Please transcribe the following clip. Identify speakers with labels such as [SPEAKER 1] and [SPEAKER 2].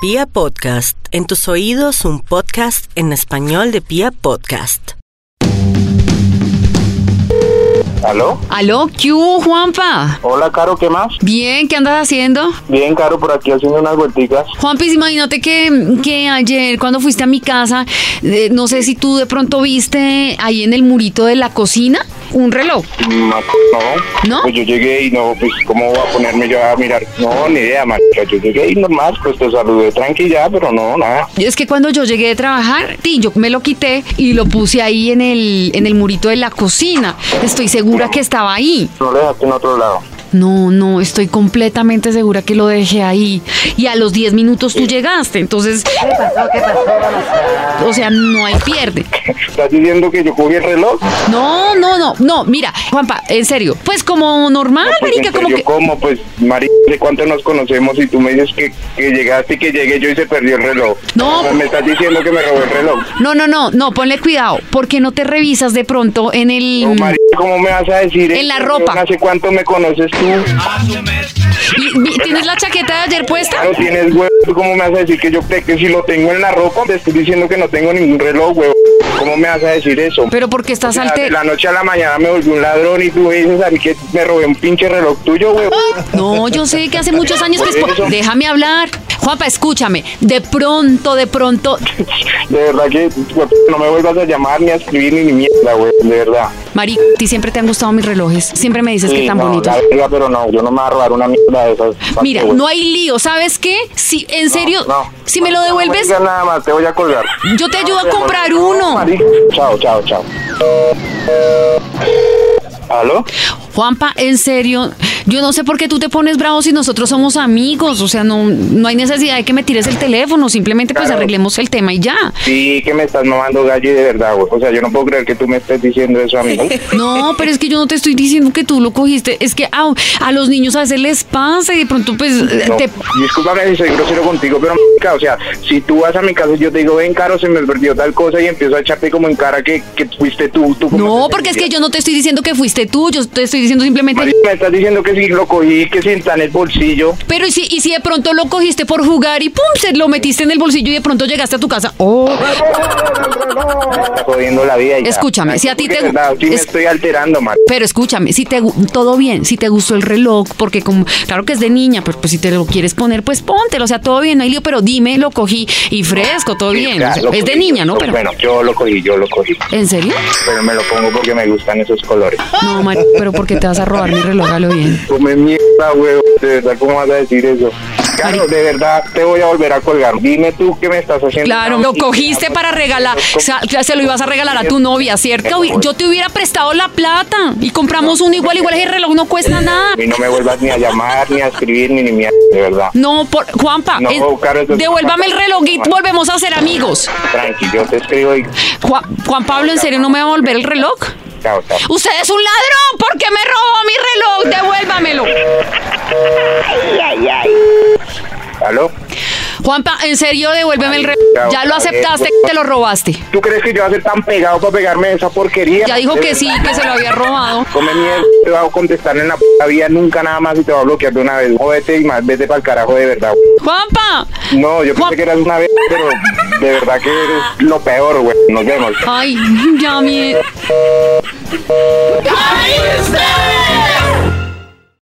[SPEAKER 1] Pia Podcast, en tus oídos un podcast en español de Pia Podcast.
[SPEAKER 2] ¿Aló?
[SPEAKER 3] Aló, ¿qué hubo, Juanpa?
[SPEAKER 2] Hola, Caro, ¿qué más?
[SPEAKER 3] Bien, ¿qué andas haciendo?
[SPEAKER 2] Bien, Caro, por aquí haciendo unas vuelticas.
[SPEAKER 3] Juanpis, imagínate que, que ayer cuando fuiste a mi casa, eh, no sé si tú de pronto viste ahí en el murito de la cocina un reloj.
[SPEAKER 2] No, no.
[SPEAKER 3] ¿No?
[SPEAKER 2] Pues yo llegué y no, pues, ¿cómo voy a ponerme yo a mirar? No, ni idea, man. Yo llegué y normal, pues te saludé tranquila, pero no, nada.
[SPEAKER 3] Es que cuando yo llegué de trabajar, sí, yo me lo quité y lo puse ahí en el, en el murito de la cocina. Estoy segura que estaba ahí.
[SPEAKER 2] No le dejaste en otro lado.
[SPEAKER 3] No, no, estoy completamente segura que lo dejé ahí. Y a los 10 minutos tú llegaste, entonces... ¿Qué pasó? ¿Qué pasó? O sea, no hay pierde.
[SPEAKER 2] ¿Estás diciendo que yo cogí el reloj?
[SPEAKER 3] No, no, no, no, mira, Juanpa, en serio, pues como normal,
[SPEAKER 2] Pues
[SPEAKER 3] marica,
[SPEAKER 2] en
[SPEAKER 3] como
[SPEAKER 2] serio,
[SPEAKER 3] que...
[SPEAKER 2] ¿cómo? Pues, Mari, ¿de cuánto nos conocemos? Y tú me dices que, que llegaste y que llegué yo y se perdió el reloj.
[SPEAKER 3] No.
[SPEAKER 2] O sea, Me estás diciendo que me robó el reloj.
[SPEAKER 3] No, no, no, no, ponle cuidado, porque no te revisas de pronto en el...
[SPEAKER 2] No, Mari, ¿cómo me vas a decir?
[SPEAKER 3] En la
[SPEAKER 2] eso,
[SPEAKER 3] ropa.
[SPEAKER 2] weón? ¿Hace cuánto me conoces tú?
[SPEAKER 3] Y- vi- ¿Tienes la chaqueta de ayer puesta?
[SPEAKER 2] Claro, tienes huevo. ¿Tú cómo me vas a decir que yo te- que si lo tengo en la ropa? Te estoy diciendo que no tengo ningún reloj, huevo. ¿Cómo me vas a decir eso?
[SPEAKER 3] Pero porque
[SPEAKER 2] O
[SPEAKER 3] estás
[SPEAKER 2] sea,
[SPEAKER 3] alte...
[SPEAKER 2] de la noche a la mañana me volví un ladrón y tú me dices a mí que me robé un pinche reloj tuyo, huevo.
[SPEAKER 3] No, yo sé que hace muchos años que... es
[SPEAKER 2] Por
[SPEAKER 3] po-
[SPEAKER 2] eso.
[SPEAKER 3] Déjame hablar. Juanpa, escúchame, de pronto, de pronto...
[SPEAKER 2] De verdad que huevo, no me vuelvas a llamar ni a escribir ni, ni mierda, huevo, de verdad.
[SPEAKER 3] Mari, a ti siempre te han gustado mis relojes, siempre me dices que
[SPEAKER 2] Sí,
[SPEAKER 3] tan
[SPEAKER 2] no,
[SPEAKER 3] bonitos.
[SPEAKER 2] la verga, pero no, yo no me voy a robar una mierda de esas.
[SPEAKER 3] Mira,
[SPEAKER 2] Huevo.
[SPEAKER 3] no hay lío, ¿sabes qué? Si, en serio,
[SPEAKER 2] no.
[SPEAKER 3] si me lo
[SPEAKER 2] No me
[SPEAKER 3] devuelves,
[SPEAKER 2] digas nada más, te voy a colgar.
[SPEAKER 3] yo te ayudo a comprar uno.
[SPEAKER 2] Mari, Chao, chao, chao. ¿Aló?
[SPEAKER 3] Juanpa, en serio, yo no sé por qué tú te pones bravo si nosotros somos amigos, o sea, no, no hay necesidad de que me tires el teléfono, simplemente pues
[SPEAKER 2] Claro.
[SPEAKER 3] arreglemos el tema y ya.
[SPEAKER 2] Sí, que me estás mamando gallo y de verdad, güey. O sea, yo no puedo creer que tú me estés diciendo eso a mí.
[SPEAKER 3] No, pero es que yo no te estoy diciendo que tú lo cogiste, es que au, a los niños a veces les pasa y de pronto pues
[SPEAKER 2] No,
[SPEAKER 3] te...
[SPEAKER 2] Discúlpame si soy grosero contigo, pero marica, o sea, si tú vas a mi casa y yo te digo, ven, Caro, se me perdió tal cosa y empiezo a echarte como en cara que, que fuiste tú. tú como
[SPEAKER 3] No,
[SPEAKER 2] te
[SPEAKER 3] porque es que
[SPEAKER 2] sentías.
[SPEAKER 3] yo no te estoy diciendo que fuiste tú, yo te estoy diciendo simplemente...
[SPEAKER 2] Marica, me estás diciendo que si lo cogí, que si está en el bolsillo.
[SPEAKER 3] Pero y si, y si de pronto lo cogiste por jugar y pum, se lo metiste en el bolsillo y de pronto llegaste a tu casa. Oh,
[SPEAKER 2] Me está jodiendo la vida y ya.
[SPEAKER 3] Escúchame,
[SPEAKER 2] Ay,
[SPEAKER 3] si a ti
[SPEAKER 2] porque
[SPEAKER 3] te
[SPEAKER 2] de verdad, sí me
[SPEAKER 3] es-
[SPEAKER 2] estoy alterando, man.
[SPEAKER 3] pero escúchame, si te gu- todo bien, si te gustó el reloj, porque como claro que es de niña, pero pues si te lo quieres poner, pues póntelo, o sea, todo bien, no hay lío, pero dime, lo cogí y fresco, todo
[SPEAKER 2] Sí,
[SPEAKER 3] bien.
[SPEAKER 2] ya,
[SPEAKER 3] o sea,
[SPEAKER 2] lo
[SPEAKER 3] es de
[SPEAKER 2] cogí,
[SPEAKER 3] niña,
[SPEAKER 2] yo-
[SPEAKER 3] ¿no? Pero
[SPEAKER 2] Bueno, yo lo cogí, yo lo cogí.
[SPEAKER 3] ¿En serio?
[SPEAKER 2] Pero me lo pongo porque me gustan esos colores.
[SPEAKER 3] No, Mari, pero ¿por qué te vas a robar mi reloj? Halo bien.
[SPEAKER 2] Come mierda, huevo. De verdad, ¿cómo vas a decir eso? Claro,
[SPEAKER 3] Mari-
[SPEAKER 2] de verdad, te voy a volver a colgar. Dime tú qué me estás haciendo.
[SPEAKER 3] Claro, lo cogiste para regalar, o sea, se lo ibas a regalar a tu novia, ¿cierto? Uy, Yo te hubiera prestado la plata y compramos uno igual, igual el reloj no cuesta nada.
[SPEAKER 2] Y no me vuelvas ni a llamar, ni a escribir, ni ni mierda, de verdad.
[SPEAKER 3] No, por, Juanpa,
[SPEAKER 2] No,
[SPEAKER 3] eh,
[SPEAKER 2] Caro, eso es-
[SPEAKER 3] devuélvame el reloj y volvemos a ser amigos.
[SPEAKER 2] Tranqui, yo te escribo y
[SPEAKER 3] Juan, Juan Pablo, ¿en serio no me va a volver el reloj?
[SPEAKER 2] chao, chao.
[SPEAKER 3] Usted es un ladrón, ¿por qué me robó mi reloj? Devuélvamelo.
[SPEAKER 2] ¿Aló?
[SPEAKER 3] Juanpa, en serio, devuélveme el reloj.
[SPEAKER 2] Marica,
[SPEAKER 3] Ya lo
[SPEAKER 2] otra
[SPEAKER 3] aceptaste,
[SPEAKER 2] vez, weón.
[SPEAKER 3] te lo robaste.
[SPEAKER 2] ¿Tú crees que yo voy a ser tan pegado para pegarme de esa porquería?
[SPEAKER 3] Ya dijo
[SPEAKER 2] De
[SPEAKER 3] que
[SPEAKER 2] verdad.
[SPEAKER 3] sí, que se lo había robado.
[SPEAKER 2] Come mierda, te voy a contestar en la puta vida nunca nada más y te voy a bloquear de una vez. Jódete y más, vete para el carajo de verdad.
[SPEAKER 3] Juanpa.
[SPEAKER 2] No, yo
[SPEAKER 3] Juan-
[SPEAKER 2] pensé que eras una vez, pero de verdad que eres lo peor, güey. Nos vemos.
[SPEAKER 3] Ay, ya mi...